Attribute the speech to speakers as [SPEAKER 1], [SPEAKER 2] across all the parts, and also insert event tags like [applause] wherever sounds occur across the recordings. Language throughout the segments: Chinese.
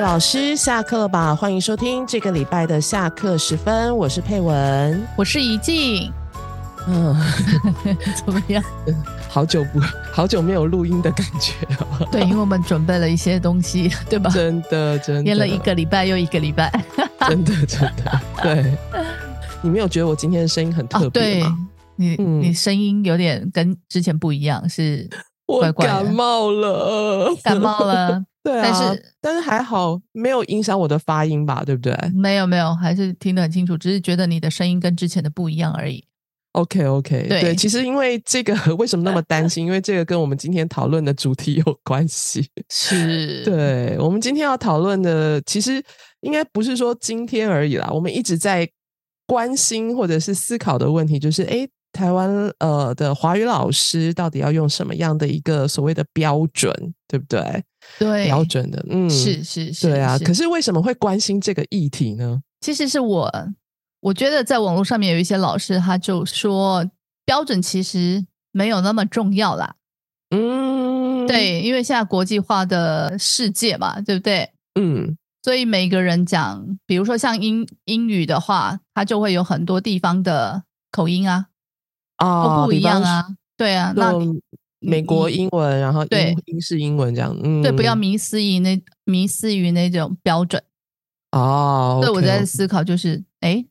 [SPEAKER 1] 老师下课了吧？欢迎收听这个礼拜的下课时分，我是佩文。
[SPEAKER 2] 我是
[SPEAKER 1] [laughs]
[SPEAKER 2] 怡静，
[SPEAKER 1] 嗯，
[SPEAKER 2] 怎么样？
[SPEAKER 1] 好久不，好久没有录音的感觉哦，
[SPEAKER 2] 对，因为我们准备了一些东西， [laughs] 对吧？
[SPEAKER 1] 真 [laughs] 的真的，
[SPEAKER 2] 演了一个礼拜又一个礼拜，
[SPEAKER 1] 真的真的，对。你没有觉得我今天的声音很特别
[SPEAKER 2] 哦对
[SPEAKER 1] 吗？
[SPEAKER 2] 你、
[SPEAKER 1] 嗯
[SPEAKER 2] 你声音有点跟之前不一样，是
[SPEAKER 1] 我
[SPEAKER 2] 怪怪的
[SPEAKER 1] 感冒了，
[SPEAKER 2] 感冒了？
[SPEAKER 1] [laughs]
[SPEAKER 2] [laughs]
[SPEAKER 1] 对啊，
[SPEAKER 2] 但是
[SPEAKER 1] 但是还好没有影响我的发音吧，对不对
[SPEAKER 2] 没有没有，还是听得很清楚，只是觉得你的声音跟之前的不一样而已。
[SPEAKER 1] ？OK OK，
[SPEAKER 2] 对
[SPEAKER 1] 其实因为这个 [laughs] 为什么那么担心？因为这个跟我们今天讨论的主题有关系。
[SPEAKER 2] 是，，
[SPEAKER 1] 对我们今天要讨论的，其实应该不是说今天而已啦，我们一直在关心或者是思考的问题，就是诶，台湾呃的华语老师到底要用什么样的一个所谓的标准，对不对？
[SPEAKER 2] 对，
[SPEAKER 1] 标准的，嗯，
[SPEAKER 2] 是是是，
[SPEAKER 1] 对啊。
[SPEAKER 2] 是
[SPEAKER 1] 可是为什么会关心这个议题呢？
[SPEAKER 2] 其实是我，我觉得在网络上面有一些老师，他就说标准其实没有那么重要啦。
[SPEAKER 1] 嗯，，
[SPEAKER 2] 对，因为现在国际化的世界嘛，对不对？
[SPEAKER 1] 嗯，
[SPEAKER 2] 所以每个人讲，比如说像英英语的话，它就会有很多地方的口音啊，
[SPEAKER 1] 啊，
[SPEAKER 2] 都不一
[SPEAKER 1] 比方
[SPEAKER 2] 样啊。对啊，那
[SPEAKER 1] 说。用美国英文，然后
[SPEAKER 2] 对
[SPEAKER 1] 英英式英文这样，嗯，
[SPEAKER 2] 对不要迷思于那迷思于那种标准。
[SPEAKER 1] 哦。
[SPEAKER 2] 对，我
[SPEAKER 1] OK，
[SPEAKER 2] 在思考就是，哎，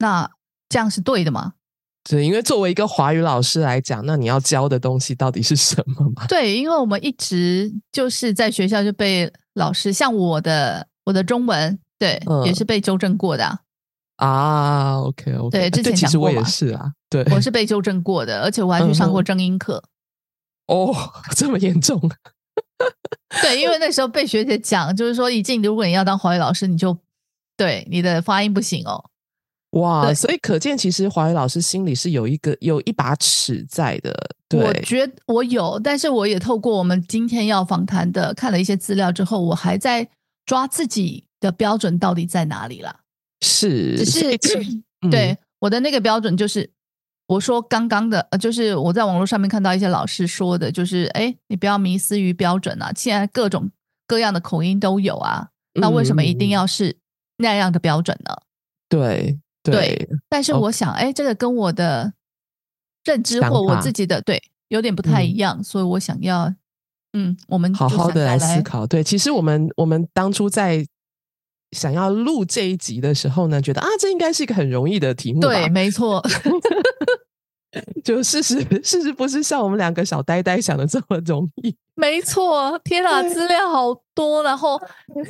[SPEAKER 2] 那这样是对的吗？ [laughs]
[SPEAKER 1] 对，因为作为一个华语老师来讲，那你要教的东西到底是什么嘛？ [laughs]
[SPEAKER 2] 对，因为我们一直就是在学校就被老师，像我的我的中文，对，
[SPEAKER 1] 嗯
[SPEAKER 2] 也是被纠正过的啊、
[SPEAKER 1] 啊，OK OK，
[SPEAKER 2] 对之前
[SPEAKER 1] 其
[SPEAKER 2] 讲
[SPEAKER 1] 实我
[SPEAKER 2] 过
[SPEAKER 1] 也
[SPEAKER 2] 嘛
[SPEAKER 1] 是啊，对，
[SPEAKER 2] 我是被纠正过的，而且我还去上过
[SPEAKER 1] 嗯哼
[SPEAKER 2] 正音课。
[SPEAKER 1] 哦， [laughs] 这么严重，
[SPEAKER 2] [laughs] 对，因为那时候被学姐讲，就是说一进，如果你要当华语老师，你就对你的发音不行哦。
[SPEAKER 1] 哇！
[SPEAKER 2] 对
[SPEAKER 1] 所以可见，其实华语老师心里是有一个有一把尺在的，
[SPEAKER 2] 我
[SPEAKER 1] 对，
[SPEAKER 2] 觉我有，但是我也透过我们今天要访谈的看了一些资料之后，我还在抓自己的标准到底在哪里啦。
[SPEAKER 1] 是，
[SPEAKER 2] 只
[SPEAKER 1] 所以
[SPEAKER 2] 是
[SPEAKER 1] 其嗯
[SPEAKER 2] 对我的那个标准就是，我说刚刚的，呃，就是我在网络上面看到一些老师说的，就是哎，你不要迷失于标准啊，现在各种各样的口音都有啊，那为什么一定
[SPEAKER 1] 嗯
[SPEAKER 2] 要是那样的标准呢？
[SPEAKER 1] 对对
[SPEAKER 2] 对但是
[SPEAKER 1] OK
[SPEAKER 2] 我想，哎、这个跟我的认知
[SPEAKER 1] 哦想
[SPEAKER 2] 或我
[SPEAKER 1] 法嗯
[SPEAKER 2] 自己的对有点不太一样，所以我想要，嗯，我们
[SPEAKER 1] 好
[SPEAKER 2] 就
[SPEAKER 1] 好
[SPEAKER 2] 想
[SPEAKER 1] 的
[SPEAKER 2] 要
[SPEAKER 1] 来
[SPEAKER 2] 来
[SPEAKER 1] 思。考。对，其实我们我们当初在想要录这一集的时候呢，觉得啊，这应该是一个很容易的题目吧，
[SPEAKER 2] 对，
[SPEAKER 1] [laughs]
[SPEAKER 2] 没错，
[SPEAKER 1] 就事实 [laughs] 事实不是像我们两个小呆呆想的这么容易。
[SPEAKER 2] 没错。天哪，
[SPEAKER 1] 对
[SPEAKER 2] 资料好多，
[SPEAKER 1] [laughs]
[SPEAKER 2] 然后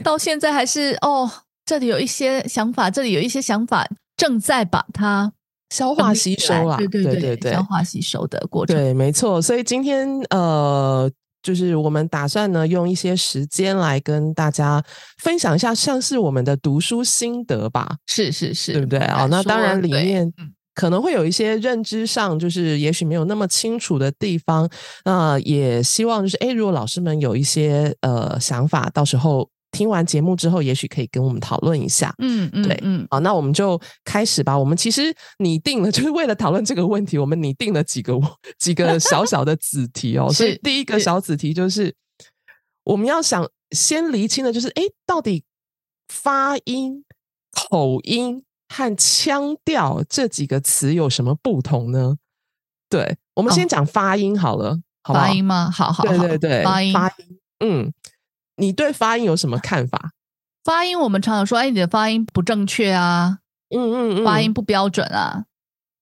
[SPEAKER 2] 到现在还是哦，这里有一些想法，这里有一些想法，正在把它
[SPEAKER 1] 消
[SPEAKER 2] 分
[SPEAKER 1] 化
[SPEAKER 2] 辨
[SPEAKER 1] 吸
[SPEAKER 2] 起来
[SPEAKER 1] 收啦，啊
[SPEAKER 2] 对
[SPEAKER 1] 对
[SPEAKER 2] 对
[SPEAKER 1] 对对
[SPEAKER 2] 消化吸收的过
[SPEAKER 1] [laughs]
[SPEAKER 2] 程。
[SPEAKER 1] 对，没错。所以今天呃，就是我们打算呢，用一些时间来跟大家分享一下，像是我们的读书心得吧，
[SPEAKER 2] 是是是，
[SPEAKER 1] 对不对？
[SPEAKER 2] 来
[SPEAKER 1] 哦，那当
[SPEAKER 2] 说
[SPEAKER 1] 然里
[SPEAKER 2] 对
[SPEAKER 1] 面
[SPEAKER 2] 嗯
[SPEAKER 1] 可能会有一些认知上，就是也许没有那么清楚的地方。那、也希望就是，哎，如果老师们有一些呃想法，到时候听完节目之后，也许可以跟我们讨论一下。
[SPEAKER 2] 嗯嗯
[SPEAKER 1] 对
[SPEAKER 2] 嗯，
[SPEAKER 1] 啊好，那我们就开始吧。我们其实拟定了， [laughs] 就是为了讨论这个问题，我们拟定了几个几个小小的子题
[SPEAKER 2] [laughs]
[SPEAKER 1] 哦。所以
[SPEAKER 2] 是
[SPEAKER 1] 第一个
[SPEAKER 2] 是
[SPEAKER 1] 小子题就是，我们要想先厘清的就是，诶，到底发音、口音和腔调这几个词有什么不同呢？对，我们
[SPEAKER 2] 哦
[SPEAKER 1] 先讲发音好了，好不好？
[SPEAKER 2] 发音吗？好好好，
[SPEAKER 1] 对对对，
[SPEAKER 2] 发音
[SPEAKER 1] 发音，嗯，你对发音有什么看法？
[SPEAKER 2] 发音我们常常说，哎，你的发音不正确啊，
[SPEAKER 1] 嗯嗯嗯，
[SPEAKER 2] 发音不标准啊。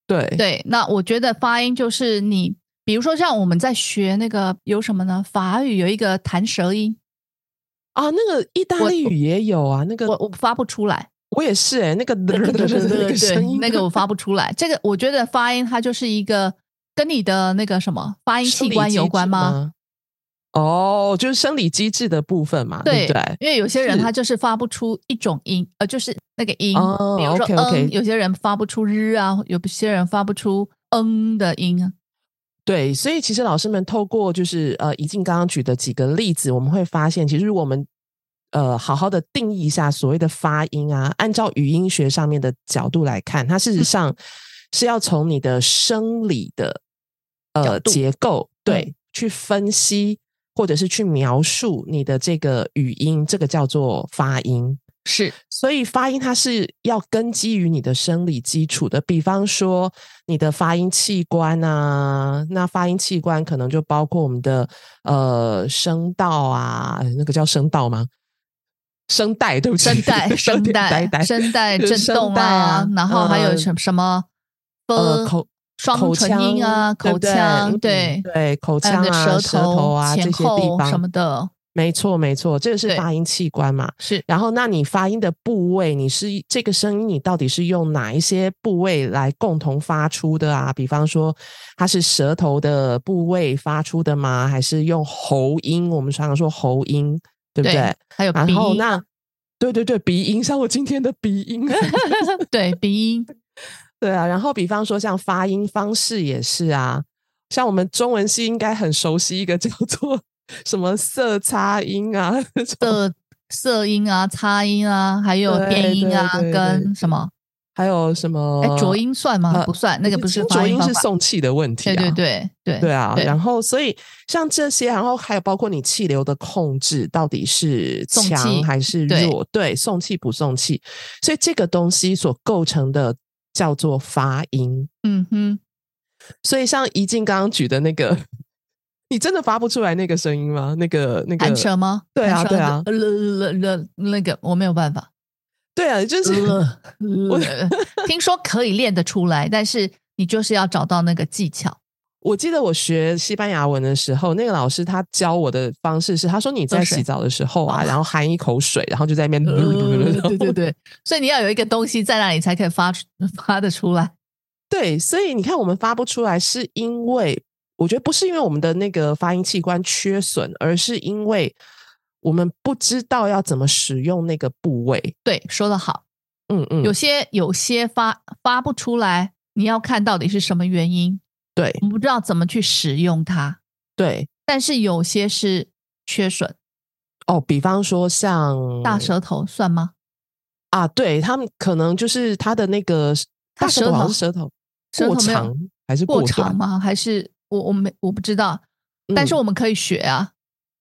[SPEAKER 1] 对
[SPEAKER 2] 对，那我觉得发音就是你，比如说像我们在学那个有什么呢？法语有一个弹舌音，
[SPEAKER 1] 啊，那个意大
[SPEAKER 2] 我
[SPEAKER 1] 利语也有啊，那个
[SPEAKER 2] 我我发不出来，
[SPEAKER 1] 我也是哎、那个那
[SPEAKER 2] [laughs] 对对对
[SPEAKER 1] 个声
[SPEAKER 2] 对，
[SPEAKER 1] 音，
[SPEAKER 2] 那个我发不出来。这个我觉得发音它就是一个跟你的那个什么发音
[SPEAKER 1] 生
[SPEAKER 2] 器
[SPEAKER 1] 理
[SPEAKER 2] 官有
[SPEAKER 1] 机
[SPEAKER 2] 关
[SPEAKER 1] 制
[SPEAKER 2] 吗？？
[SPEAKER 1] 哦，就是生理机制的部分嘛，对
[SPEAKER 2] 对
[SPEAKER 1] 不对？
[SPEAKER 2] 因为有些人
[SPEAKER 1] 是
[SPEAKER 2] 他就是发不出一种音，呃，就是那个音，
[SPEAKER 1] 哦
[SPEAKER 2] 比如说
[SPEAKER 1] OK，OK
[SPEAKER 2] 嗯，有些人发不出日啊，有些人发不出嗯的音啊。
[SPEAKER 1] 对，所以其实老师们透过就是呃，怡静刚刚举的几个例子，我们会发现，其实如果我们呃好好的定义一下所谓的发音啊，按照语音学上面的角度来看，它事
[SPEAKER 2] 嗯
[SPEAKER 1] 实上是要从你的生理的
[SPEAKER 2] 角
[SPEAKER 1] 呃
[SPEAKER 2] 度嗯
[SPEAKER 1] 结构对、去分析或者是去描述你的这个语音，这个叫做发音。
[SPEAKER 2] 是
[SPEAKER 1] 所以发音它是要根基于你的生理基础的，比方说你的发音器官啊，那发音器官可能就包括我们的呃声道啊，那个叫声道吗？声带，对不起，
[SPEAKER 2] 声带、
[SPEAKER 1] [laughs]
[SPEAKER 2] 声带、声带震动啊，然后还有
[SPEAKER 1] 么？
[SPEAKER 2] 什什么
[SPEAKER 1] 嗯呃
[SPEAKER 2] 呃
[SPEAKER 1] 口
[SPEAKER 2] 双
[SPEAKER 1] 口
[SPEAKER 2] 唇音啊、
[SPEAKER 1] 对
[SPEAKER 2] 口
[SPEAKER 1] 不对
[SPEAKER 2] 腔
[SPEAKER 1] 嗯
[SPEAKER 2] 对
[SPEAKER 1] 对口
[SPEAKER 2] 还有
[SPEAKER 1] 腔
[SPEAKER 2] 你的
[SPEAKER 1] 啊、
[SPEAKER 2] 舌
[SPEAKER 1] 头啊这
[SPEAKER 2] 前
[SPEAKER 1] 些地
[SPEAKER 2] 后
[SPEAKER 1] 方
[SPEAKER 2] 什么的，
[SPEAKER 1] 没错，没错，这个是
[SPEAKER 2] 对
[SPEAKER 1] 发音器官嘛。
[SPEAKER 2] 是
[SPEAKER 1] 然后，那你发音的部位，你是这个声音，你到底是用哪一些部位来共同发出的啊？比方说，它是舌头的部位发出的吗？还是用喉音？我们常常说喉音，对不对？
[SPEAKER 2] 对，还有鼻
[SPEAKER 1] 然后
[SPEAKER 2] 音，
[SPEAKER 1] 那，对对对，鼻音，像我今天的鼻
[SPEAKER 2] [laughs]
[SPEAKER 1] 音。
[SPEAKER 2] 对鼻音
[SPEAKER 1] 对啊，然后比方说像发音方式也是啊，像我们中文系应该很熟悉一个叫做 [laughs] 什么色差音啊，那种
[SPEAKER 2] 的色音啊、擦音啊，还有
[SPEAKER 1] 对
[SPEAKER 2] 变音
[SPEAKER 1] 对
[SPEAKER 2] 啊，
[SPEAKER 1] 对对
[SPEAKER 2] 跟什么
[SPEAKER 1] 还有什么
[SPEAKER 2] 哎浊音算吗？
[SPEAKER 1] 呃
[SPEAKER 2] 不算，那个不是
[SPEAKER 1] 清
[SPEAKER 2] 发
[SPEAKER 1] 浊
[SPEAKER 2] 音
[SPEAKER 1] 音
[SPEAKER 2] 方
[SPEAKER 1] 是
[SPEAKER 2] 法。
[SPEAKER 1] 送气的问题、啊，
[SPEAKER 2] 对对对对
[SPEAKER 1] 对啊，
[SPEAKER 2] 对
[SPEAKER 1] 然后所以像这些，然后还有包括你气流的控制到底是
[SPEAKER 2] 送气
[SPEAKER 1] 强还是
[SPEAKER 2] 对
[SPEAKER 1] 弱，对送气不送气，所以这个东西所构成的叫做发音。
[SPEAKER 2] 嗯哼，
[SPEAKER 1] 所以像怡静刚刚举的那个， [laughs] 你真的发不出来那个声音吗？那个那
[SPEAKER 2] 弹舌
[SPEAKER 1] 个，
[SPEAKER 2] 吗？
[SPEAKER 1] 对啊
[SPEAKER 2] 弹舌
[SPEAKER 1] 对啊
[SPEAKER 2] 呃呃呃呃那个我没有办法。
[SPEAKER 1] 对啊，就是、
[SPEAKER 2] [laughs] 呃呃听说可以练得出来，但是你就是要找到那个技巧。
[SPEAKER 1] [laughs] 我记得我学西班牙文的时候，那个老师他教我的方式是，他说你在
[SPEAKER 2] 喝水
[SPEAKER 1] 洗澡的时候啊，
[SPEAKER 2] 哦
[SPEAKER 1] 然后含一口水，然后就在 [laughs] 那边，
[SPEAKER 2] 呃对对对，所以你要有一个东西在那里才可以发出 [laughs] 发得出来。
[SPEAKER 1] 对，所以你看我们发不出来，是因为我觉得不是因为我们的那个发音器官缺损，而是因为我们不知道要怎么使用那个部位。
[SPEAKER 2] 对，说得好。
[SPEAKER 1] 嗯嗯，
[SPEAKER 2] 有些有些发发不出来，你要看到底是什么原因，
[SPEAKER 1] 对
[SPEAKER 2] 我们不知道怎么去使用它。
[SPEAKER 1] 对
[SPEAKER 2] 但是有些是缺损，
[SPEAKER 1] 哦，比方说像
[SPEAKER 2] 大舌头算吗？
[SPEAKER 1] 啊，对他们可能就是他的那个
[SPEAKER 2] 他
[SPEAKER 1] 大舌头好像
[SPEAKER 2] 舌
[SPEAKER 1] 舌头
[SPEAKER 2] 舌头
[SPEAKER 1] 过
[SPEAKER 2] 没有
[SPEAKER 1] 长还是
[SPEAKER 2] 过
[SPEAKER 1] 短
[SPEAKER 2] 长？吗？还是我我没我不知道，但是
[SPEAKER 1] 嗯
[SPEAKER 2] 我们可以学啊。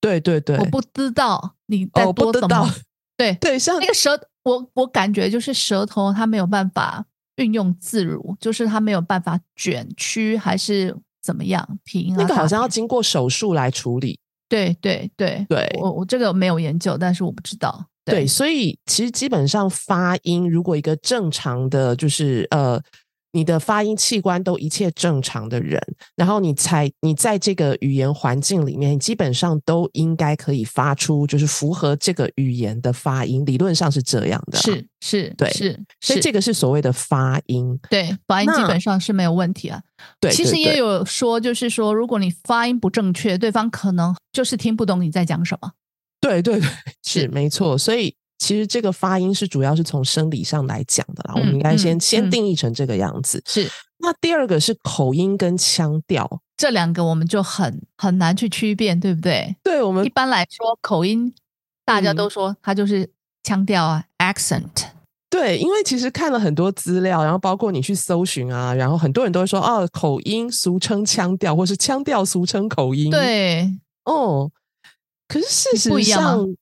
[SPEAKER 1] 对对对，
[SPEAKER 2] 我不知道你在
[SPEAKER 1] 哦我不
[SPEAKER 2] 多
[SPEAKER 1] 知
[SPEAKER 2] 什么，
[SPEAKER 1] 道
[SPEAKER 2] 对，
[SPEAKER 1] 对像
[SPEAKER 2] 那个舌，我我感觉就是舌头它没有办法运用自如，就是它没有办法卷曲还是怎么样平啊。
[SPEAKER 1] 那个好像要
[SPEAKER 2] 打
[SPEAKER 1] 经过手术来处理，
[SPEAKER 2] 对对对，
[SPEAKER 1] 对
[SPEAKER 2] 我我这个没有研究，但是我不知道。
[SPEAKER 1] 对，所以其实基本上发音，如果一个正常的就是呃。你的发音器官都一切正常的人，然后你才你在这个语言环境里面，你基本上都应该可以发出就是符合这个语言的发音，理论上是这样的啊。
[SPEAKER 2] 是是，
[SPEAKER 1] 对
[SPEAKER 2] 是，
[SPEAKER 1] 所以
[SPEAKER 2] 是
[SPEAKER 1] 这个是所谓的发音。
[SPEAKER 2] 对发音基
[SPEAKER 1] 那
[SPEAKER 2] 本上是没有问题啊。
[SPEAKER 1] 对，
[SPEAKER 2] 其实
[SPEAKER 1] 对
[SPEAKER 2] 也
[SPEAKER 1] 对
[SPEAKER 2] 有说，就是说，如果你发音不正确，对方可能就是听不懂你在讲什么。
[SPEAKER 1] 对对
[SPEAKER 2] [laughs]
[SPEAKER 1] 对，
[SPEAKER 2] 是
[SPEAKER 1] 是没错。所以其实这个发音是主要是从生理上来讲的啦，我们
[SPEAKER 2] 嗯
[SPEAKER 1] 应该先、
[SPEAKER 2] 嗯
[SPEAKER 1] 先
[SPEAKER 2] 嗯
[SPEAKER 1] 定义成这个样子。
[SPEAKER 2] 是
[SPEAKER 1] 那第二个是口音跟腔调，
[SPEAKER 2] 这两个，我们就很很难去区辨，对不对？
[SPEAKER 1] 对我们
[SPEAKER 2] 一般来说，口音大家
[SPEAKER 1] 嗯
[SPEAKER 2] 都说它就是腔调啊，accent。
[SPEAKER 1] 对，因为其实看了很多资料，然后包括你去搜寻啊，然后很多人都会说哦，口音俗称腔调，或是腔调俗称口音。，
[SPEAKER 2] 对，
[SPEAKER 1] 哦，可是事
[SPEAKER 2] 不
[SPEAKER 1] 实
[SPEAKER 2] 一样吗
[SPEAKER 1] 上，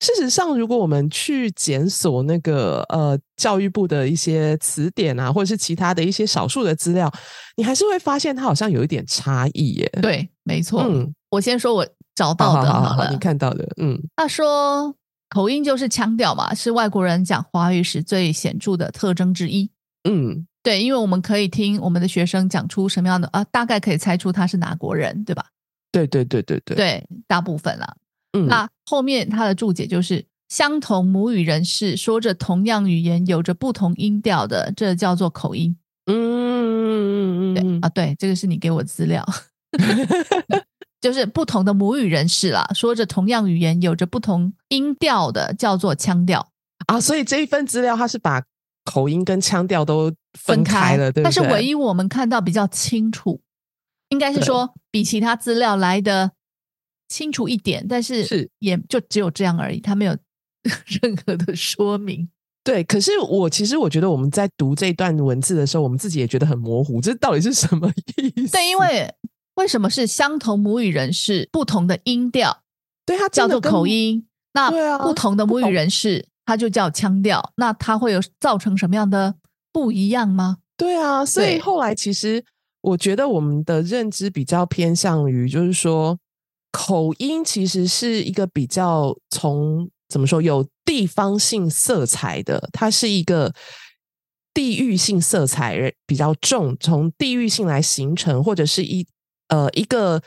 [SPEAKER 1] 事实上，如果我们去检索那个呃教育部的一些词典啊，或者是其他的一些少数的资料，你还是会发现它好像有一点差异耶。
[SPEAKER 2] 对，哦没错。
[SPEAKER 1] 嗯，
[SPEAKER 2] 我先说我找
[SPEAKER 1] 好
[SPEAKER 2] 到的
[SPEAKER 1] 好好好，
[SPEAKER 2] 了
[SPEAKER 1] 你。看到的，嗯，
[SPEAKER 2] 他说，口音就是腔调嘛，是外国人讲华语时最显著的特征之一。
[SPEAKER 1] 嗯，
[SPEAKER 2] 对，因为我们可以听我们的学生讲出什么样的啊，大概可以猜出他是哪国人，对吧？
[SPEAKER 1] 对对对对对，
[SPEAKER 2] 对，大部分啦。
[SPEAKER 1] 嗯，
[SPEAKER 2] 那后面他的注解就是，相同母语人士说着同样语言，有着不同音调的，这叫做口音。
[SPEAKER 1] 嗯嗯嗯嗯
[SPEAKER 2] 对、
[SPEAKER 1] 嗯
[SPEAKER 2] 啊，对，这个是你给我资料。 [laughs] 就是不同的母语人士啦，说着同样语言，有着不同音调的，叫做腔调。
[SPEAKER 1] 啊，所以这一份资料它是把口音跟腔调都分
[SPEAKER 2] 开
[SPEAKER 1] 开了，对不对？
[SPEAKER 2] 但是唯一我们看到比较清楚，应该是
[SPEAKER 1] 对
[SPEAKER 2] 说比其他资料来的清楚一点，但是
[SPEAKER 1] 是
[SPEAKER 2] 也就只有这样而已，它没有 [laughs] 任何的说明。
[SPEAKER 1] 对，可是我其实我觉得我们在读这段文字的时候，我们自己也觉得很模糊，这到底是什么意思？
[SPEAKER 2] 对，因为为什么是相同母语人士不同的音调
[SPEAKER 1] 对他
[SPEAKER 2] 叫做口，音？
[SPEAKER 1] 对
[SPEAKER 2] 那
[SPEAKER 1] 啊
[SPEAKER 2] 不同的母语
[SPEAKER 1] 同
[SPEAKER 2] 人士，它就叫腔调。那它会有造成什么样的不一样吗？
[SPEAKER 1] 对啊，所以
[SPEAKER 2] 对
[SPEAKER 1] 后来其实我觉得我们的认知比较偏向于，就是说口音其实是一个比较从怎么说有地方性色彩的，它是一个地域性色彩比较重，从地域性来形成，或者是一呃一个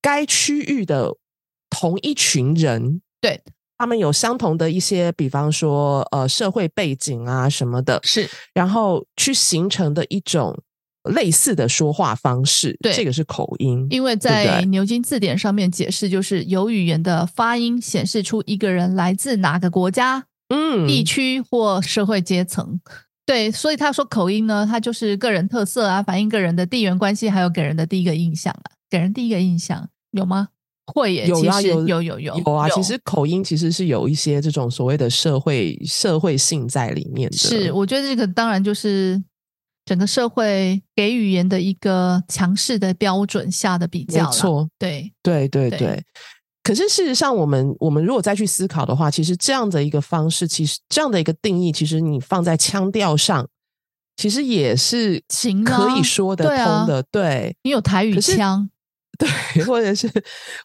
[SPEAKER 1] 该区域的同一群人。
[SPEAKER 2] 对
[SPEAKER 1] 他们有相同的一些，比方说呃社会背景啊什么的，
[SPEAKER 2] 是
[SPEAKER 1] 然后去形成的一种类似的说话方式。
[SPEAKER 2] 对
[SPEAKER 1] 这个是口音。
[SPEAKER 2] 因为
[SPEAKER 1] 对不
[SPEAKER 2] 在
[SPEAKER 1] 对
[SPEAKER 2] 牛津字典上面解释，就是由语言的发音显示出一个人来自哪个国家、
[SPEAKER 1] 嗯
[SPEAKER 2] 地区或社会阶层。对，所以他说口音呢，它就是个人特色啊，反映个人的地缘关系，还有给人的第一个印象啊。给人第一个印象有吗？会耶，
[SPEAKER 1] 有啊
[SPEAKER 2] 其实
[SPEAKER 1] 有
[SPEAKER 2] 有有有
[SPEAKER 1] 有啊，其实口音其实是有一些这种所谓的社会社会性在里面的。
[SPEAKER 2] 是，我觉得这个当然就是整个社会给语言的一个强势的标准下的比
[SPEAKER 1] 没
[SPEAKER 2] 较啦
[SPEAKER 1] 错，
[SPEAKER 2] 对，
[SPEAKER 1] 对对
[SPEAKER 2] 对
[SPEAKER 1] 对。可是事实上，我们我们如果再去思考的话，其实这样的一个方式，其实这样的一个定义，其实你放在腔调上，其实也是
[SPEAKER 2] 行啊
[SPEAKER 1] 可以说得
[SPEAKER 2] 对啊
[SPEAKER 1] 通的。对，
[SPEAKER 2] 你有台语
[SPEAKER 1] 可是
[SPEAKER 2] 腔，
[SPEAKER 1] 对，或者是，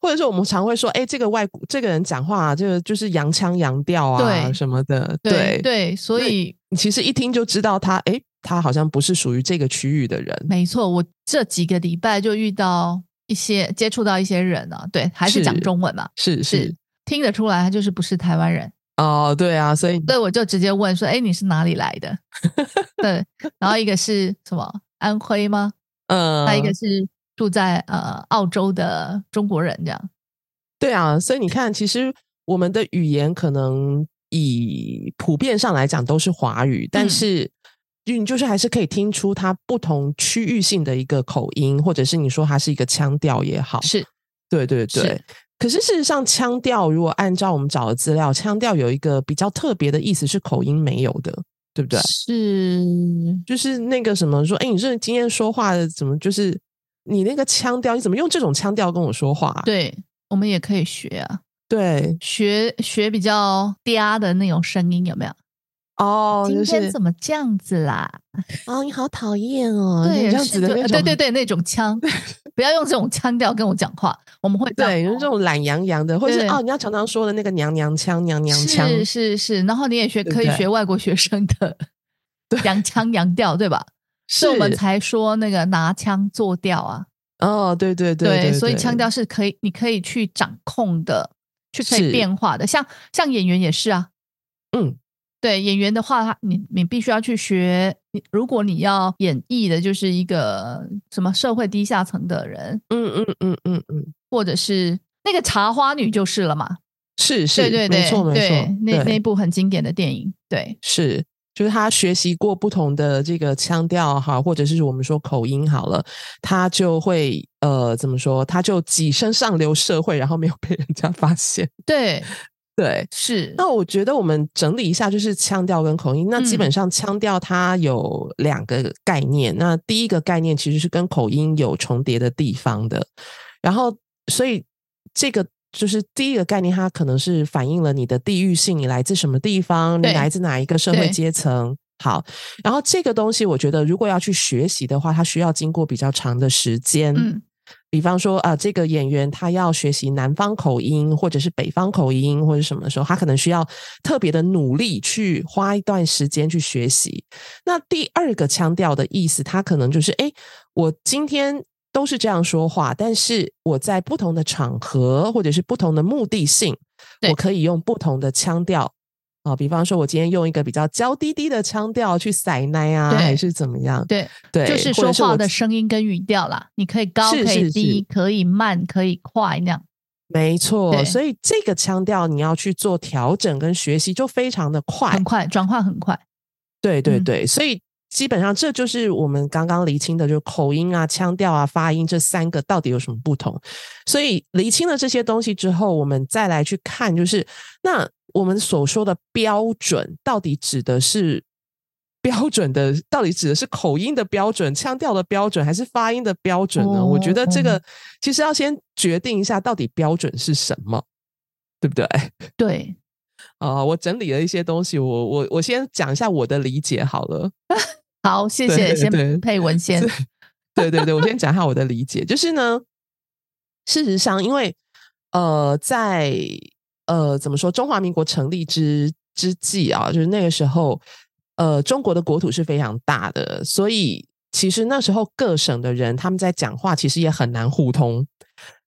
[SPEAKER 1] 或者是我们常会说，哎、这个外国这个人讲话、啊，这个就是洋腔洋调啊，
[SPEAKER 2] 对
[SPEAKER 1] 什么的，
[SPEAKER 2] 对
[SPEAKER 1] 对，
[SPEAKER 2] 对，所
[SPEAKER 1] 那
[SPEAKER 2] 以
[SPEAKER 1] 你其实一听就知道他，哎、他好像不是属于这个区域的人，
[SPEAKER 2] 没错，我这几个礼拜就遇到一些接触到一些人啊，对，还是
[SPEAKER 1] 是
[SPEAKER 2] 讲中文嘛，
[SPEAKER 1] 是
[SPEAKER 2] 是
[SPEAKER 1] 是，
[SPEAKER 2] 听得出来他就是不是台湾人，
[SPEAKER 1] 哦，对啊，所以
[SPEAKER 2] 对，我就直接问说，哎，你是哪里来的？
[SPEAKER 1] [laughs]
[SPEAKER 2] 对，然后一个是什么安徽吗？
[SPEAKER 1] 呃
[SPEAKER 2] 还有一个是住在呃澳洲的中国人，这样
[SPEAKER 1] 对啊，所以你看，其实我们的语言可能以普遍上来讲都是华语，但
[SPEAKER 2] 嗯
[SPEAKER 1] 是你就是还是可以听出它不同区域性的一个口音，或者是你说它是一个腔调也好，
[SPEAKER 2] 是
[SPEAKER 1] 对对
[SPEAKER 2] 是
[SPEAKER 1] 对。可是事实上，腔调如果按照我们找的资料，腔调有一个比较特别的意思是口音没有的，对不对？
[SPEAKER 2] 是
[SPEAKER 1] 就是那个什么说，哎，你这今天说话的怎么就是你那个腔调，你怎么用这种腔调跟我说话、
[SPEAKER 2] 对，我们也可以学啊，
[SPEAKER 1] 对
[SPEAKER 2] 学学比较嗲的那种声音有没有？
[SPEAKER 1] 哦，
[SPEAKER 2] 今
[SPEAKER 1] 就是
[SPEAKER 2] 天怎么这样子啦？
[SPEAKER 1] 啊、你好讨厌哦，
[SPEAKER 2] 对，
[SPEAKER 1] 你这样
[SPEAKER 2] 是
[SPEAKER 1] 子的
[SPEAKER 2] 就
[SPEAKER 1] 那种，
[SPEAKER 2] 对对对，那
[SPEAKER 1] [laughs]
[SPEAKER 2] 种腔，不要用这种腔调跟我讲话，我们会这样哦
[SPEAKER 1] 对，就是这种懒洋洋的，或者是
[SPEAKER 2] 对
[SPEAKER 1] 哦，你要常常说的那个娘娘腔、娘娘腔，
[SPEAKER 2] 是是是，然后你也学
[SPEAKER 1] 对不
[SPEAKER 2] 可以
[SPEAKER 1] 对
[SPEAKER 2] 学外国学生的洋腔洋调，对吧？
[SPEAKER 1] 是
[SPEAKER 2] 所以我们才说那个拿腔作调啊，
[SPEAKER 1] 哦，对对对对，
[SPEAKER 2] 所以
[SPEAKER 1] 对
[SPEAKER 2] 腔调是可以，你可以去掌控的，去可以
[SPEAKER 1] 是
[SPEAKER 2] 变化的。像像演员也是啊，
[SPEAKER 1] 嗯，
[SPEAKER 2] 对演员的话，他你你必须要去学。你如果你要演绎的就是一个什么社会低下层的人，
[SPEAKER 1] 嗯嗯嗯嗯嗯，
[SPEAKER 2] 或者是那个茶花女就是了嘛。
[SPEAKER 1] 是是，
[SPEAKER 2] 对对对，
[SPEAKER 1] 没错没
[SPEAKER 2] 对
[SPEAKER 1] 错，
[SPEAKER 2] 那
[SPEAKER 1] 对
[SPEAKER 2] 那部很经典的电影，对
[SPEAKER 1] 是，就是他学习过不同的这个腔调哈，或者是我们说口音好了，他就会呃怎么说，他就跻身上流社会，然后没有被人家发现。
[SPEAKER 2] 对
[SPEAKER 1] 对，
[SPEAKER 2] 是，
[SPEAKER 1] 那我觉得我们整理一下，就是腔调跟口音。那基
[SPEAKER 2] 嗯
[SPEAKER 1] 本上腔调它有两个概念，那第一个概念其实是跟口音有重叠的地方的，然后所以这个。就是第一个概念，它可能是反映了你的地域性，你来自什么地方，你
[SPEAKER 2] 对
[SPEAKER 1] 来自哪一个社会
[SPEAKER 2] 对
[SPEAKER 1] 阶层。好，然后这个东西，我觉得如果要去学习的话，它需要经过比较长的时间。
[SPEAKER 2] 嗯
[SPEAKER 1] 比方说啊、这个演员他要学习南方口音，或者是北方口音，或者什么的时候，他可能需要特别的努力去花一段时间去学习。那第二个腔调的意思，它可能就是，哎，我今天都是这样说话，但是我在不同的场合或者是不同的目的性，
[SPEAKER 2] 对
[SPEAKER 1] 我可以用不同的腔调。啊、比方说，我今天用一个比较娇滴滴的腔调去塞奶啊，
[SPEAKER 2] 对
[SPEAKER 1] 还是怎么样？
[SPEAKER 2] 对，
[SPEAKER 1] 对，
[SPEAKER 2] 就是
[SPEAKER 1] 或者
[SPEAKER 2] 说
[SPEAKER 1] 我
[SPEAKER 2] 话的声音跟语调啦，你可以高，
[SPEAKER 1] 是
[SPEAKER 2] 可以
[SPEAKER 1] 是
[SPEAKER 2] 低，
[SPEAKER 1] 是
[SPEAKER 2] 可以慢，可以快那样。
[SPEAKER 1] 没
[SPEAKER 2] 对
[SPEAKER 1] 错，所以这个腔调你要去做调整跟学习，就非常的快
[SPEAKER 2] 很。快转换，很快。
[SPEAKER 1] 对对
[SPEAKER 2] 嗯
[SPEAKER 1] 对，所以基本上这就是我们刚刚厘清的，就是口音啊、腔调啊、发音这三个到底有什么不同。所以厘清了这些东西之后，我们再来去看，就是那我们所说的标准到底指的是标准的到底指的是口音的标准、腔调的标准，还是发音的标准呢？我觉得这个其实要先决定一下到底标准是什么，对不对？ [laughs]
[SPEAKER 2] 对，
[SPEAKER 1] 啊、我整理了一些东西，我我我先讲一下我的理解好了。
[SPEAKER 2] 好，谢
[SPEAKER 1] 对对
[SPEAKER 2] 谢，
[SPEAKER 1] 对
[SPEAKER 2] 先配文先
[SPEAKER 1] 是，对对对，我先讲一下我的理解，就是呢，事实上，因为呃，在呃怎么说，中华民国成立之之际啊，就是那个时候，呃，中国的国土是非常大的，所以其实那时候各省的人他们在讲话，其实也很难互通。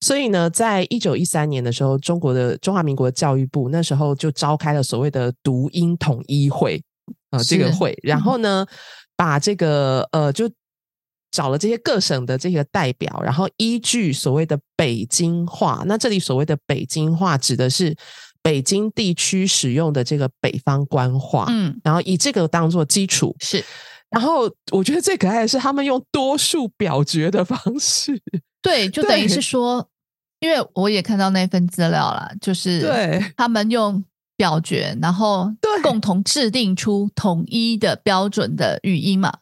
[SPEAKER 1] 所以呢，在一九一三年的时候，中国的中华民国教育部那时候就召开了所谓的读音统一会啊、呃这个
[SPEAKER 2] 是
[SPEAKER 1] 会，然
[SPEAKER 2] 嗯
[SPEAKER 1] 后呢，把这个呃就找了这些各省的这个代表，然后依据所谓的北京话，那这里所谓的北京话指的是北京地区使用的这个北方官话，
[SPEAKER 2] 嗯，
[SPEAKER 1] 然后以这个当做基础，
[SPEAKER 2] 是
[SPEAKER 1] 然后我觉得最可爱的是他们用多数表决的方式，
[SPEAKER 2] 对，就等于
[SPEAKER 1] 对
[SPEAKER 2] 是说，因为我也看到那份资料啦，就是
[SPEAKER 1] 对
[SPEAKER 2] 他们用表决，然后
[SPEAKER 1] 对
[SPEAKER 2] 共同制定出统一的标准的语音嘛，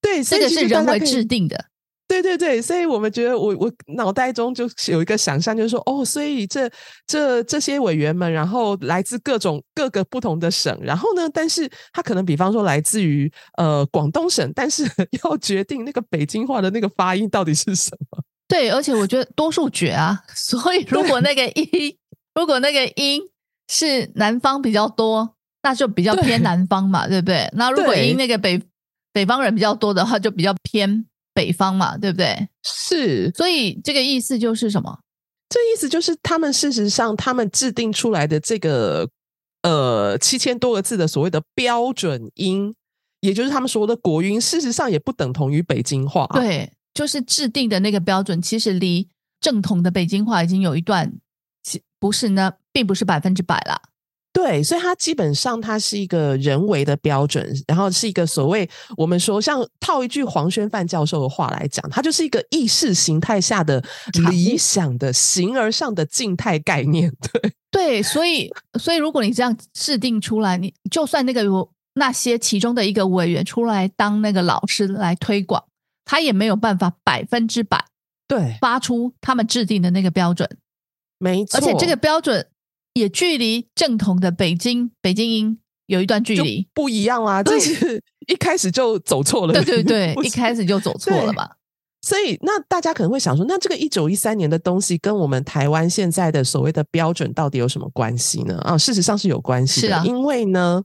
[SPEAKER 1] 对，所
[SPEAKER 2] 这
[SPEAKER 1] 以
[SPEAKER 2] 个
[SPEAKER 1] 其
[SPEAKER 2] 是
[SPEAKER 1] 实
[SPEAKER 2] 人
[SPEAKER 1] 大家
[SPEAKER 2] 为
[SPEAKER 1] 可以
[SPEAKER 2] 制定的，
[SPEAKER 1] 对对对，所以我们觉得我我脑袋中就是有一个想象，就是说哦，所以这这这些委员们，然后来自各种各个不同的省，然后呢，但是他可能比方说来自于呃广东省，但是 [laughs] 要决定那个北京话的那个发音到底是什么。
[SPEAKER 2] 对，而且我觉得多数决啊， [laughs] 所以如果那个音，如果那个音是南方比较多，那就比较
[SPEAKER 1] 对
[SPEAKER 2] 偏南方嘛，对不对？那如果
[SPEAKER 1] 对
[SPEAKER 2] 音那个北北方人比较多的话，就比较偏北方嘛，对不对？
[SPEAKER 1] 是，
[SPEAKER 2] 所以这个意思就是什么？
[SPEAKER 1] 这意思就是他们事实上他们制定出来的这个呃七千多个字的所谓的标准音，也就是他们说的国音，事实上也不等同于北京话。。啊
[SPEAKER 2] 对，就是制定的那个标准，其实离正统的北京话已经有一段，其不是呢，并不是百分之百啦。
[SPEAKER 1] 对，所以它基本上它是一个人为的标准，然后是一个所谓我们说像套一句黄轩范教授的话来讲，它就是一个意识形态下的
[SPEAKER 2] 产
[SPEAKER 1] 理
[SPEAKER 2] 物
[SPEAKER 1] 想的形而上的静态概念。 [laughs] 对，
[SPEAKER 2] 对，所以所以如果你这样制定出来，你就算那个有那些其中的一个委员出来当那个老师来推广，他也没有办法百分之百
[SPEAKER 1] 对，
[SPEAKER 2] 发出他们制定的那个标准，
[SPEAKER 1] 没错。
[SPEAKER 2] 而且这个标准也距离正统的北京北京音有一段距
[SPEAKER 1] 就 [laughs]
[SPEAKER 2] 离。
[SPEAKER 1] 不一样啦，这
[SPEAKER 2] 对
[SPEAKER 1] 是 [laughs] 一开始就走错了。，
[SPEAKER 2] 对对
[SPEAKER 1] [laughs]
[SPEAKER 2] 对
[SPEAKER 1] 不
[SPEAKER 2] 一
[SPEAKER 1] 是
[SPEAKER 2] 开始就走错了
[SPEAKER 1] 对
[SPEAKER 2] 嘛。
[SPEAKER 1] 所以，那大家可能会想说，那这个一九一三年的东西跟我们台湾现在的所谓的标准到底有什么关系呢？啊，事实上是有关系的，
[SPEAKER 2] 是啊
[SPEAKER 1] 因为呢，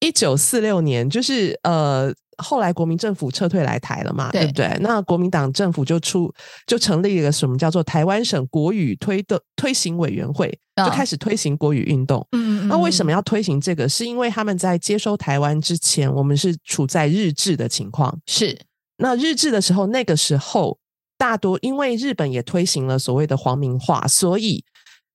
[SPEAKER 1] 一九四六年就是呃，后来国民政府撤退来台了嘛，对
[SPEAKER 2] 对
[SPEAKER 1] 不对？那国民党政府就出就成立了什么叫做台湾省国语推的推行委员会，就
[SPEAKER 2] 啊
[SPEAKER 1] 开始推行国语运动。
[SPEAKER 2] 嗯，嗯
[SPEAKER 1] 那为什么
[SPEAKER 2] 要
[SPEAKER 1] 要推行这个？是因为他们在接收台湾之前，我们是处在日治的情况。
[SPEAKER 2] 嗯是？
[SPEAKER 1] 那日治的时候，那个时候大多因为日本也推行了所谓的皇民化，所以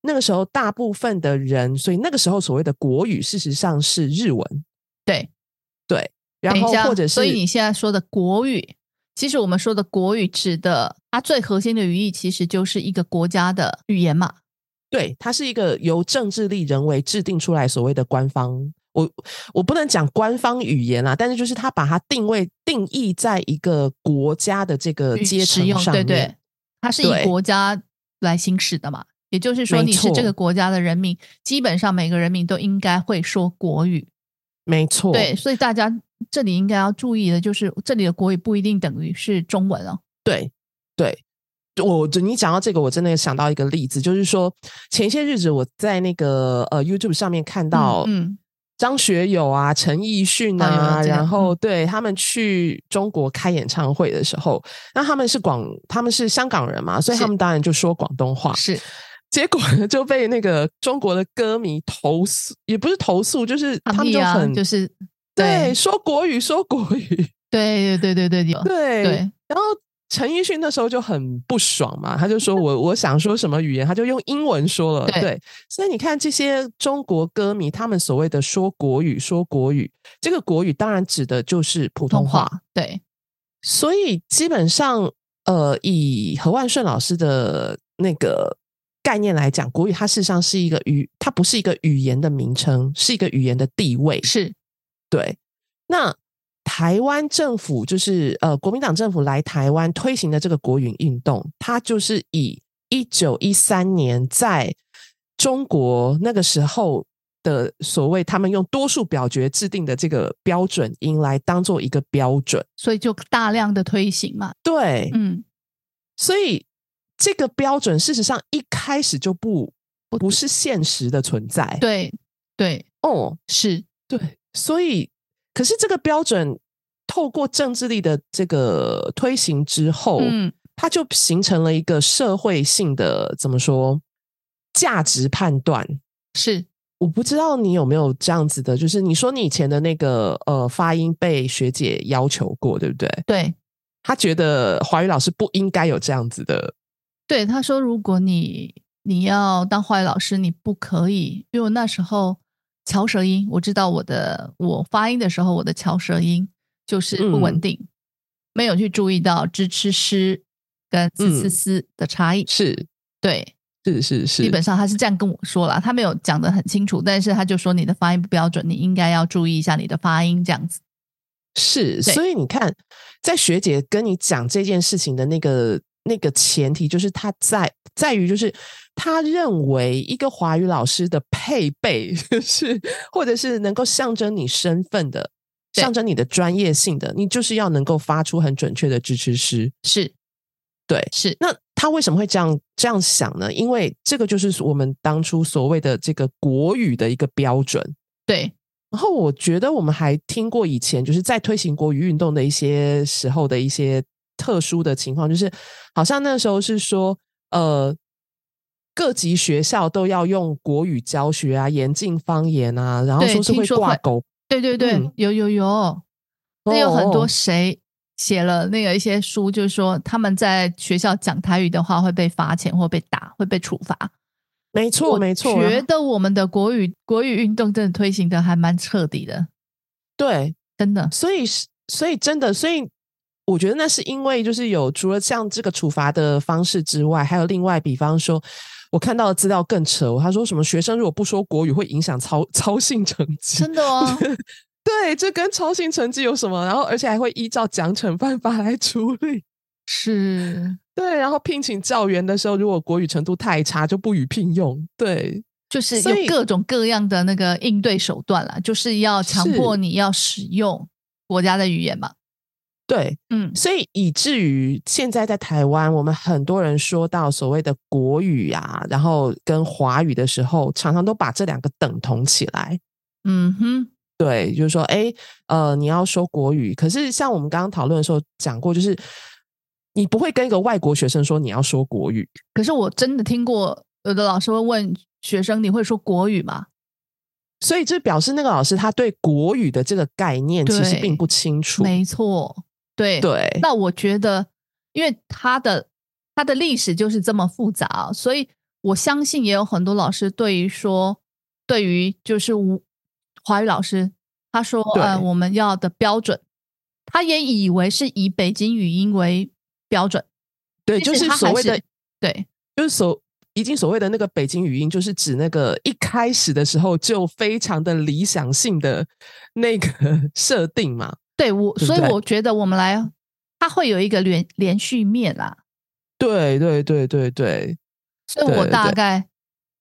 [SPEAKER 1] 那个时候大部分的人，所以那个时候所谓的国语事实上是日文，
[SPEAKER 2] 对
[SPEAKER 1] 对，然后
[SPEAKER 2] 等一下
[SPEAKER 1] 或者是
[SPEAKER 2] 所以你现在说的国语，其实我们说的国语指的它最核心的语义，其实就是一个国家的语言嘛。
[SPEAKER 1] 对，它是一个由政治力人为制定出来所谓的官方。我我不能讲官方语言啦，但是就是它把它定位定义在一个国家的这个
[SPEAKER 2] 语
[SPEAKER 1] 阶
[SPEAKER 2] 使
[SPEAKER 1] 层
[SPEAKER 2] 用
[SPEAKER 1] 上
[SPEAKER 2] 对
[SPEAKER 1] 面，
[SPEAKER 2] 对，它是
[SPEAKER 1] 对
[SPEAKER 2] 以国家来行使的嘛。也就是说，
[SPEAKER 1] 没
[SPEAKER 2] 你是
[SPEAKER 1] 错
[SPEAKER 2] 这个国家的人民，基本上每个人民都应该会说国语。
[SPEAKER 1] 没错，
[SPEAKER 2] 对，所以大家这里应该要注意的就是，这里的国语不一定等于是中文哦。
[SPEAKER 1] 对对，我你讲到这个，我真的想到一个例子，就是说前些日子我在那个呃 YouTube 上面看到，
[SPEAKER 2] 嗯，
[SPEAKER 1] 张学友啊、陈奕迅
[SPEAKER 2] 哦有有
[SPEAKER 1] 啊，
[SPEAKER 2] 这个
[SPEAKER 1] 然后
[SPEAKER 2] 嗯
[SPEAKER 1] 对他们去中国开演唱会的时候，那他们是广，他们是香港人嘛，所以
[SPEAKER 2] 是
[SPEAKER 1] 他们当然就说广东话
[SPEAKER 2] 嗯，是
[SPEAKER 1] 结果呢就被那个中国的歌迷投诉，也不是投诉，就是他
[SPEAKER 2] 抗
[SPEAKER 1] 们
[SPEAKER 2] 议
[SPEAKER 1] 就
[SPEAKER 2] 啊，
[SPEAKER 1] 很、
[SPEAKER 2] 就是
[SPEAKER 1] 对
[SPEAKER 2] 对
[SPEAKER 1] 说国语，说国语，
[SPEAKER 2] 对对对对对有
[SPEAKER 1] 对
[SPEAKER 2] 对
[SPEAKER 1] 然后陈奕迅那时候就很不爽嘛，他就说我我想说什么语言，他就用英文说了。
[SPEAKER 2] 对
[SPEAKER 1] 所以你看这些中国歌迷，他们所谓的说国语，说国语，这个国语当然指的就是普
[SPEAKER 2] 普
[SPEAKER 1] 通
[SPEAKER 2] 通
[SPEAKER 1] 话。
[SPEAKER 2] 话对
[SPEAKER 1] 所以基本上，呃，以何万顺老师的那个概念来讲，国语它事实上是一个语，它不是一个语言的名称，是一个语言的地位。
[SPEAKER 2] 是
[SPEAKER 1] 对，那台湾政府就是呃国民党政府来台湾推行的这个国语运动，它就是以一九一三年在中国那个时候的所谓他们用多数表决制定的这个标准音来当做一个标准。
[SPEAKER 2] 所以就大量的推行嘛。
[SPEAKER 1] 对，
[SPEAKER 2] 嗯，
[SPEAKER 1] 所以这个标准事实上一开始就不
[SPEAKER 2] 不
[SPEAKER 1] 不是现实的存在。
[SPEAKER 2] 对对
[SPEAKER 1] 哦，
[SPEAKER 2] 是，
[SPEAKER 1] 对，所以可是这个标准透过政治力的这个推行之后，
[SPEAKER 2] 嗯
[SPEAKER 1] 它就形成了一个社会性的怎么说价值判断。
[SPEAKER 2] 是，
[SPEAKER 1] 我不知道你有没有这样子的，就是你说你以前的那个呃发音被学姐要求过，对不对？
[SPEAKER 2] 对
[SPEAKER 1] 她觉得华语老师不应该有这样子的，
[SPEAKER 2] 对。他说，如果你你要当化学老师，你不可以，因为我那时候翘舌音，我知道我的我发音的时候，我的翘舌音就是不稳
[SPEAKER 1] 嗯
[SPEAKER 2] 定，没有去注意到支吃诗跟呲呲
[SPEAKER 1] 嗯
[SPEAKER 2] 呲的差异。
[SPEAKER 1] 是
[SPEAKER 2] 对，
[SPEAKER 1] 是是是，
[SPEAKER 2] 基本上他是这样跟我说啦，他没有讲得很清楚，但是他就说你的发音不标准，你应该要注意一下你的发音这样子。
[SPEAKER 1] 是，
[SPEAKER 2] 对
[SPEAKER 1] 所以你看，在学姐跟你讲这件事情的那个那个前提，就是她在在于就是她认为一个华语老师的配备， [laughs] 就是或者是能够象征你身份的、
[SPEAKER 2] 对
[SPEAKER 1] 象征你的专业性的，你就是要能够发出很准确的支持诗。
[SPEAKER 2] 是
[SPEAKER 1] 对
[SPEAKER 2] 是，
[SPEAKER 1] 那她为什么会这样这样想呢？因为这个就是我们当初所谓的这个国语的一个标准。
[SPEAKER 2] 对
[SPEAKER 1] 然后我觉得我们还听过以前就是在推行国语运动的一些时候的一些特殊的情况，就是好像那时候是说，呃，各级学校都要用国语教学啊，严禁方言啊，然后
[SPEAKER 2] 对
[SPEAKER 1] 说是
[SPEAKER 2] 听
[SPEAKER 1] 会
[SPEAKER 2] 说
[SPEAKER 1] 挂
[SPEAKER 2] 会
[SPEAKER 1] 钩，
[SPEAKER 2] 对对对，
[SPEAKER 1] 嗯
[SPEAKER 2] 有有有，那有很
[SPEAKER 1] 哦
[SPEAKER 2] 多谁写了那个一些书，就是说他们在学校讲台语的话会被罚钱或被打，会被处罚。
[SPEAKER 1] 没错哦没错，啊然
[SPEAKER 2] 觉
[SPEAKER 1] 后
[SPEAKER 2] 得我们的国语国语运动真的推行的还蛮彻底的，
[SPEAKER 1] 对，[laughs]
[SPEAKER 2] 真的
[SPEAKER 1] 所以是，所以真的，所以我觉得那是因为就是有除了像这个处罚的方式之外，还有另外，比方说，我看到的资料更扯，他说什么学生如果不说国语会影响操操性成绩，
[SPEAKER 2] 真的哦。
[SPEAKER 1] [laughs] 对，这跟操性成绩有什么？然后而且还会依照奖惩办法来处理。
[SPEAKER 2] 是，
[SPEAKER 1] 对，然后聘请教员的时候，如果国语程度太差，就不予聘用。对，
[SPEAKER 2] 就是
[SPEAKER 1] 所
[SPEAKER 2] 有
[SPEAKER 1] 以
[SPEAKER 2] 各种各样的那个应对手段啦，就是要强
[SPEAKER 1] 是
[SPEAKER 2] 迫你要使用国家的语言嘛。
[SPEAKER 1] 对，
[SPEAKER 2] 嗯，
[SPEAKER 1] 所以以至于现在在台湾，我们很多人说到所谓的国语啊，然后跟华语的时候，常常都把这两个等同起来。
[SPEAKER 2] 嗯哼，
[SPEAKER 1] 对，就是说，哎，呃，你要说国语，可是像我们刚刚讨论的时候讲过，就是你不会跟一个外国学生说你要说国语，
[SPEAKER 2] 可是我真的听过有的老师会问学生：“你会说国语吗
[SPEAKER 1] 所以这表示那个老师他对国语的这个概念其实
[SPEAKER 2] 对
[SPEAKER 1] 并不清？”楚。
[SPEAKER 2] 没错，对。
[SPEAKER 1] 对，
[SPEAKER 2] 那我觉得，因为它的它的历史就是这么复杂，啊所以我相信也有很多老师对于说，对于就是吴华语老师，他说
[SPEAKER 1] 对
[SPEAKER 2] 呃我们要的标准，他也以为是以北京语音为标准，
[SPEAKER 1] 对，
[SPEAKER 2] 其
[SPEAKER 1] 就
[SPEAKER 2] 实
[SPEAKER 1] 是
[SPEAKER 2] 他
[SPEAKER 1] 所
[SPEAKER 2] 还
[SPEAKER 1] 谓的，
[SPEAKER 2] 对
[SPEAKER 1] 就是所。已经所谓的那个北京语音，就是指那个一开始的时候就非常的理想性的 [laughs] 那个 [laughs] 设定嘛。
[SPEAKER 2] 对我，
[SPEAKER 1] 对不
[SPEAKER 2] 所以
[SPEAKER 1] 对
[SPEAKER 2] 我觉得我们来，它会有一个连连续面啦，
[SPEAKER 1] 对对对对对，
[SPEAKER 2] 所以呃我
[SPEAKER 1] 对对
[SPEAKER 2] 大
[SPEAKER 1] 对
[SPEAKER 2] 概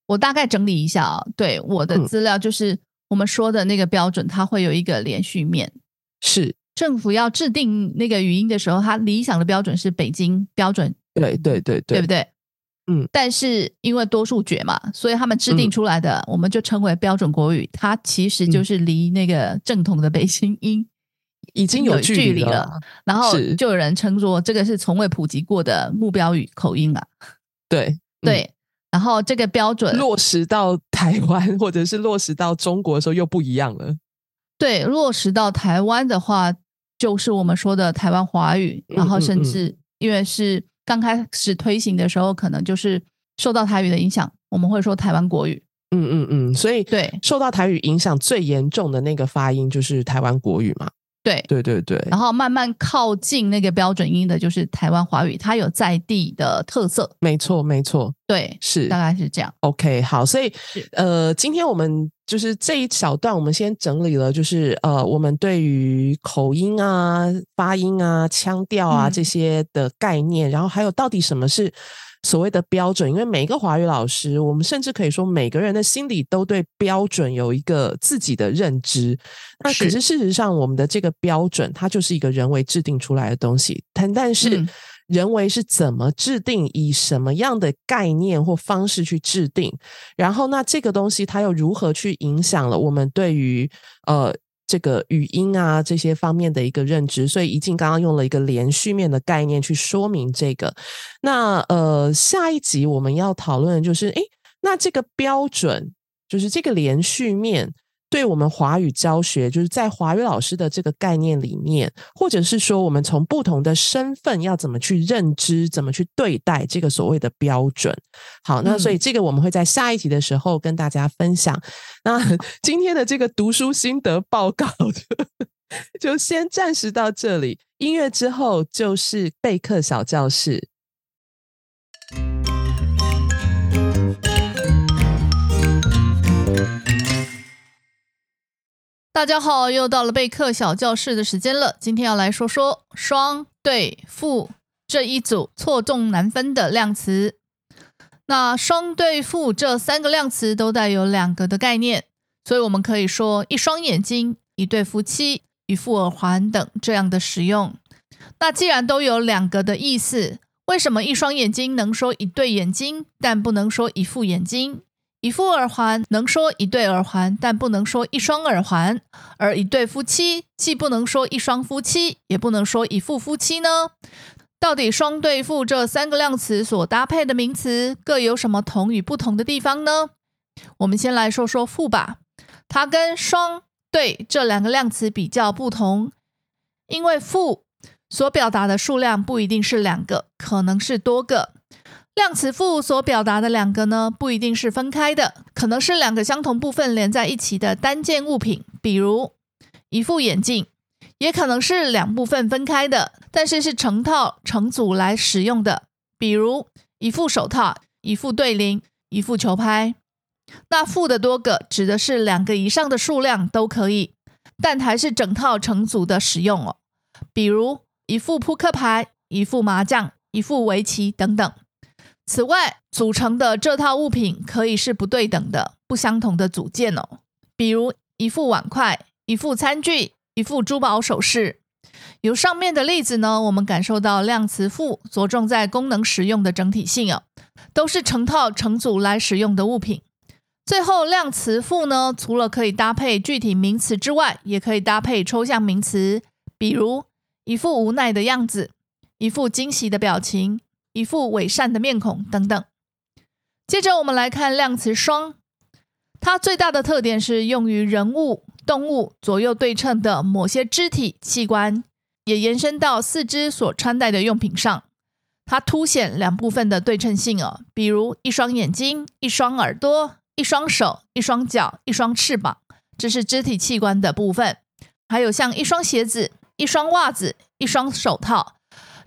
[SPEAKER 2] 我大概整理一下啊、对我的
[SPEAKER 1] 嗯
[SPEAKER 2] 资料就是我们说的那个标准，它会有一个连续面。
[SPEAKER 1] 是，
[SPEAKER 2] 政府要制定那个语音的时候，它理想的标准是北京标准，
[SPEAKER 1] 对对对
[SPEAKER 2] 对
[SPEAKER 1] 对
[SPEAKER 2] 不对？
[SPEAKER 1] 嗯，
[SPEAKER 2] 但是因为多数决嘛，所以他们制
[SPEAKER 1] 嗯
[SPEAKER 2] 定出来的，我们就称为标准国语。它其实就是离那个正统的北京音，
[SPEAKER 1] 已经
[SPEAKER 2] 有
[SPEAKER 1] 有
[SPEAKER 2] 距
[SPEAKER 1] 距离
[SPEAKER 2] 离了
[SPEAKER 1] 啊，
[SPEAKER 2] 然后
[SPEAKER 1] 是
[SPEAKER 2] 就有人称作这个是从未普及过的目标语口音啊。
[SPEAKER 1] 对，
[SPEAKER 2] 对，然后这个标准
[SPEAKER 1] 落实到台湾或者是落实到中国的时候又不一样了。
[SPEAKER 2] 对，落实到台湾的话，就是我们说的台湾华语，然后
[SPEAKER 1] 嗯嗯
[SPEAKER 2] 甚
[SPEAKER 1] 嗯
[SPEAKER 2] 至因为是刚开始推行的时候，可能就是受到台语的影响，我们会说台湾国语。
[SPEAKER 1] 嗯嗯嗯，所以
[SPEAKER 2] 对
[SPEAKER 1] 受到台语影响最严重的那个发音就是台湾国语嘛。
[SPEAKER 2] 对，
[SPEAKER 1] 对对对，
[SPEAKER 2] 然后慢慢靠近那个标准音的，就是台湾华语，它有在地的特色。
[SPEAKER 1] 没错没错，
[SPEAKER 2] 对，
[SPEAKER 1] 是
[SPEAKER 2] 大概是这样。
[SPEAKER 1] OK 好，所以
[SPEAKER 2] 是
[SPEAKER 1] 呃，今天我们就是这一小段，我们先整理了，就是呃，我们对于口音啊、发音啊、腔调啊
[SPEAKER 2] 嗯
[SPEAKER 1] 这些的概念，然后还有到底什么是所谓的标准，因为每一个华语老师，我们甚至可以说每个人的心里都对标准有一个自己的认知。那可
[SPEAKER 2] 是
[SPEAKER 1] 是事实上，我们的这个标准，它就是一个人为制定出来的东西，但但是。
[SPEAKER 2] 嗯
[SPEAKER 1] 人为是怎么制定，以什么样的概念或方式去制定，然后那这个东西它又如何去影响了我们对于呃这个语音啊这些方面的一个认知？所以怡静刚刚用了一个连续面的概念去说明这个。那呃下一集我们要讨论的就是，诶，那这个标准就是这个连续面。对我们华语教学，就是在华语老师的这个概念里面，或者是说我们从不同的身份要怎么去认知、怎么去对待这个所谓的标准。好，那所以
[SPEAKER 2] 嗯
[SPEAKER 1] 这个我们会在下一集的时候跟大家分享。那今天的这个读书心得报告就 [laughs] 就先暂时到这里。音乐之后就是备课小教室。
[SPEAKER 2] 大家好，又到了备课小教室的时间了。今天要来说说双、对、复这一组错综难分的量词。那双、对、复这三个量词都带有两个的概念，所以我们可以说一双眼睛、一对夫妻、一副耳环等这样的使用。那既然都有两个的意思，为什么一双眼睛能说一对眼睛，但不能说一副眼睛？一副耳环能说一对耳环，但不能说一双耳环；而一对夫妻既不能说一双夫妻，也不能说一副夫妻呢？到底“双对副”这三个量词所搭配的名词各有什么同与不同的地方呢？我们先来说说“副”吧，它跟“双”“对”这两个量词比较不同，因为“副”所表达的数量不一定是两个，可能是多个。量词赋所表达的两个呢，不一定是分开的，可能是两个相同部分连在一起的单件物品，比如一副眼镜，也可能是两部分分开的，但是是成套成组来使用的，比如一副手套、一副对联、一副球拍。那副的多个指的是两个以上的数量都可以，但还是整套成组的使用哦，比如一副扑克牌、一副麻将、一副围棋等等。此外，组成的这套物品可以是不对等的、不相同的组件哦，比如一副碗筷、一副餐具、一副珠宝首饰。由上面的例子呢，我们感受到量词赋着重在功能实用的整体性哦，都是成套成组来使用的物品。最后，量词赋呢，除了可以搭配具体名词之外，也可以搭配抽象名词，比如一副无奈的样子，一副惊喜的表情，一副伪善的面孔等等。接着我们来看量词“双”，它最大的特点是用于人物、动物左右对称的某些肢体器官，也延伸到四肢所穿戴的用品上。它凸显两部分的对称性哦，比如一双眼睛、一双耳朵、一双手、一双脚、一双翅膀，这是肢体器官的部分。还有像一双鞋子、一双袜子、一双手套，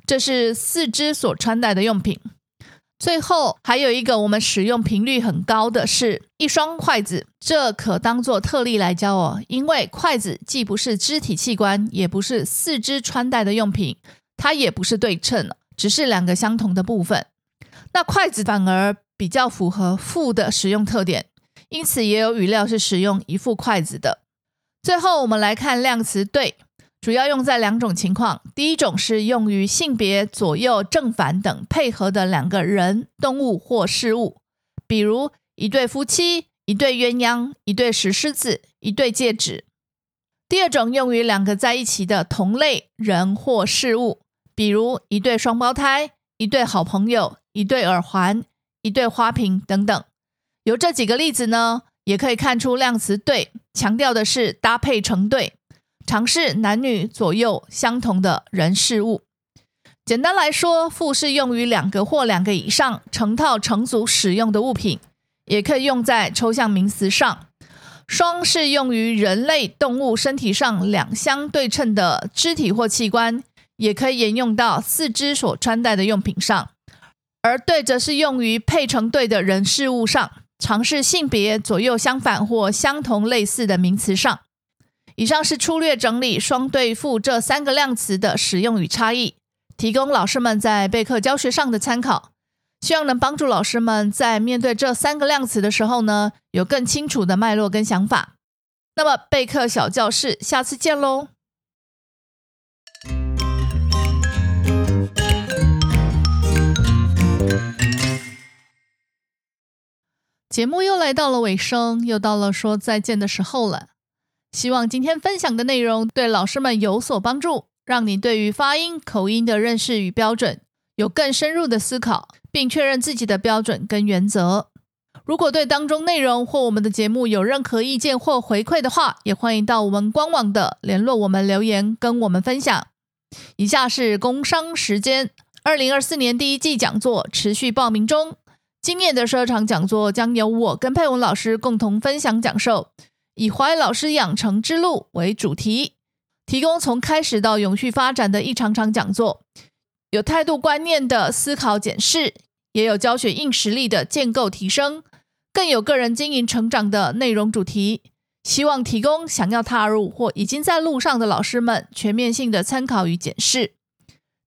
[SPEAKER 2] 这是四肢所穿戴的用品。最后还有一个我们使用频率很高的是一双筷子，这可当做特例来教哦，因为筷子既不是肢体器官，也不是四肢穿戴的用品，它也不是对称，只是两个相同的部分。那筷子反而比较符合副的使用特点，因此也有语料是使用一副筷子的。最后，我们来看量词对，主要用在两种情况。第一种是用于性别、左右、正反等配合的两个人、动物或事物，比如一对夫妻、一对鸳鸯、一对石狮子、一对戒指。第二种用于两个在一起的同类人或事物，比如一对双胞胎、一对好朋友、一对耳环、一对花瓶等等。由这几个例子呢，也可以看出量词对强调的是搭配成对，尝试男女左右相同的人事物。简单来说，复是用于两个或两个以上成套成组使用的物品，也可以用在抽象名词上。双是用于人类、动物身体上两相对称的肢体或器官，也可以沿用到四肢所穿戴的用品上。而对则是用于配成对的人事物上，尝试性别左右相反或相同类似的名词上。以上是粗略整理双对复这三个量词的使用与差异，提供老师们在备课教学上的参考，希望能帮助老师们在面对这三个量词的时候呢，有更清楚的脉络跟想法。那么备课小教室，下次见喽！节目又来到了尾声，又到了说再见的时候了。希望今天分享的内容对老师们有所帮助，让你对于发音、口音的认识与标准有更深入的思考，并确认自己的标准跟原则。如果对当中内容或我们的节目有任何意见或回馈的话，也欢迎到我们官网的联络我们留言跟我们分享。以下是工商时间，二零二四年第一季讲座持续报名中，今年的十二场讲座将由我跟佩文老师共同分享讲授。以华语老师养成之路为主题，提供从开始到永续发展的一场场讲座，有态度观念的思考检视，也有教学硬实力的建构提升，更有个人经营成长的内容主题。希望提供想要踏入或已经在路上的老师们全面性的参考与检视。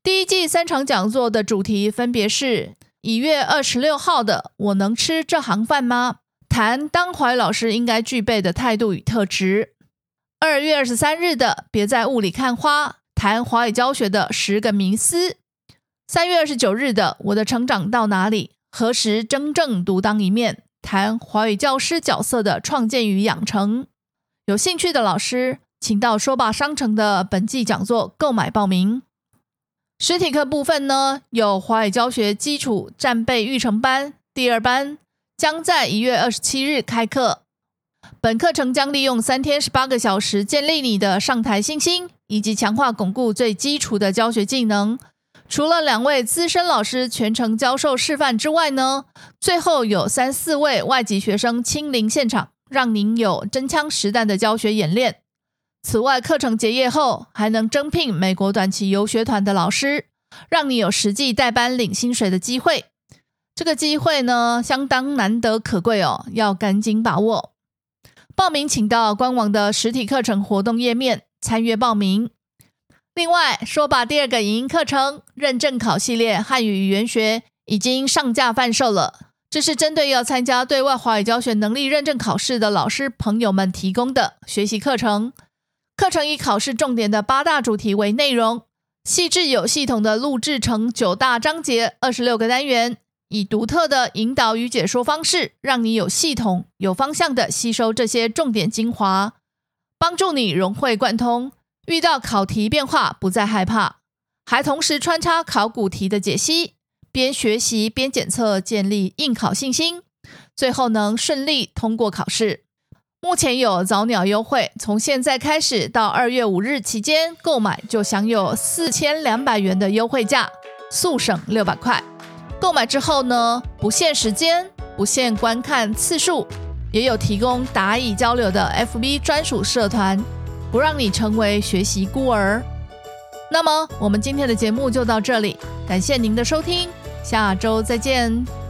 [SPEAKER 2] 第一季三场讲座的主题分别是：一月二十六号的“我能吃这行饭吗”。谈当怀老师应该具备的态度与特质。二月二十三日的“别在雾里看花”，谈华语教学的十个迷思。三月二十九日的“我的成长到哪里？何时真正独当一面？”谈华语教师角色的创建与养成。有兴趣的老师，请到说吧商城的本季讲座购买报名。实体课部分呢，有华语教学基础战备育成班第二班。将在一月二十七日开课。本课程将利用三天十八个小时，建立你的上台信心，以及强化巩固最基础的教学技能。除了两位资深老师全程教授示范之外呢，最后有三四位外籍学生亲临现场，让您有真枪实弹的教学演练。此外，课程结业后还能征聘美国短期游学团的老师，让你有实际带班领薪水的机会。这个机会呢，相当难得可贵哦，要赶紧把握。报名请到官网的实体课程活动页面参阅报名。另外，说吧，第二个影音课程认证考系列汉语语言学已经上架贩售了，这是针对要参加对外华语教学能力认证考试的老师朋友们提供的学习课程。课程以考试重点的八大主题为内容，细致有系统的录制成九大章节，二十六个单元。以独特的引导与解说方式，让你有系统、有方向的吸收这些重点精华，帮助你融会贯通。遇到考题变化不再害怕，还同时穿插考古题的解析，边学习边检测，建立应考信心，最后能顺利通过考试。目前有早鸟优惠，从现在开始到二月五日期间购买就享有四千两百元的优惠价，速省六百块。购买之后呢，不限时间，不限观看次数，也有提供答疑交流的 FB 专属社团，不让你成为学习孤儿。那么，我们今天的节目就到这里，感谢您的收听，下周再见。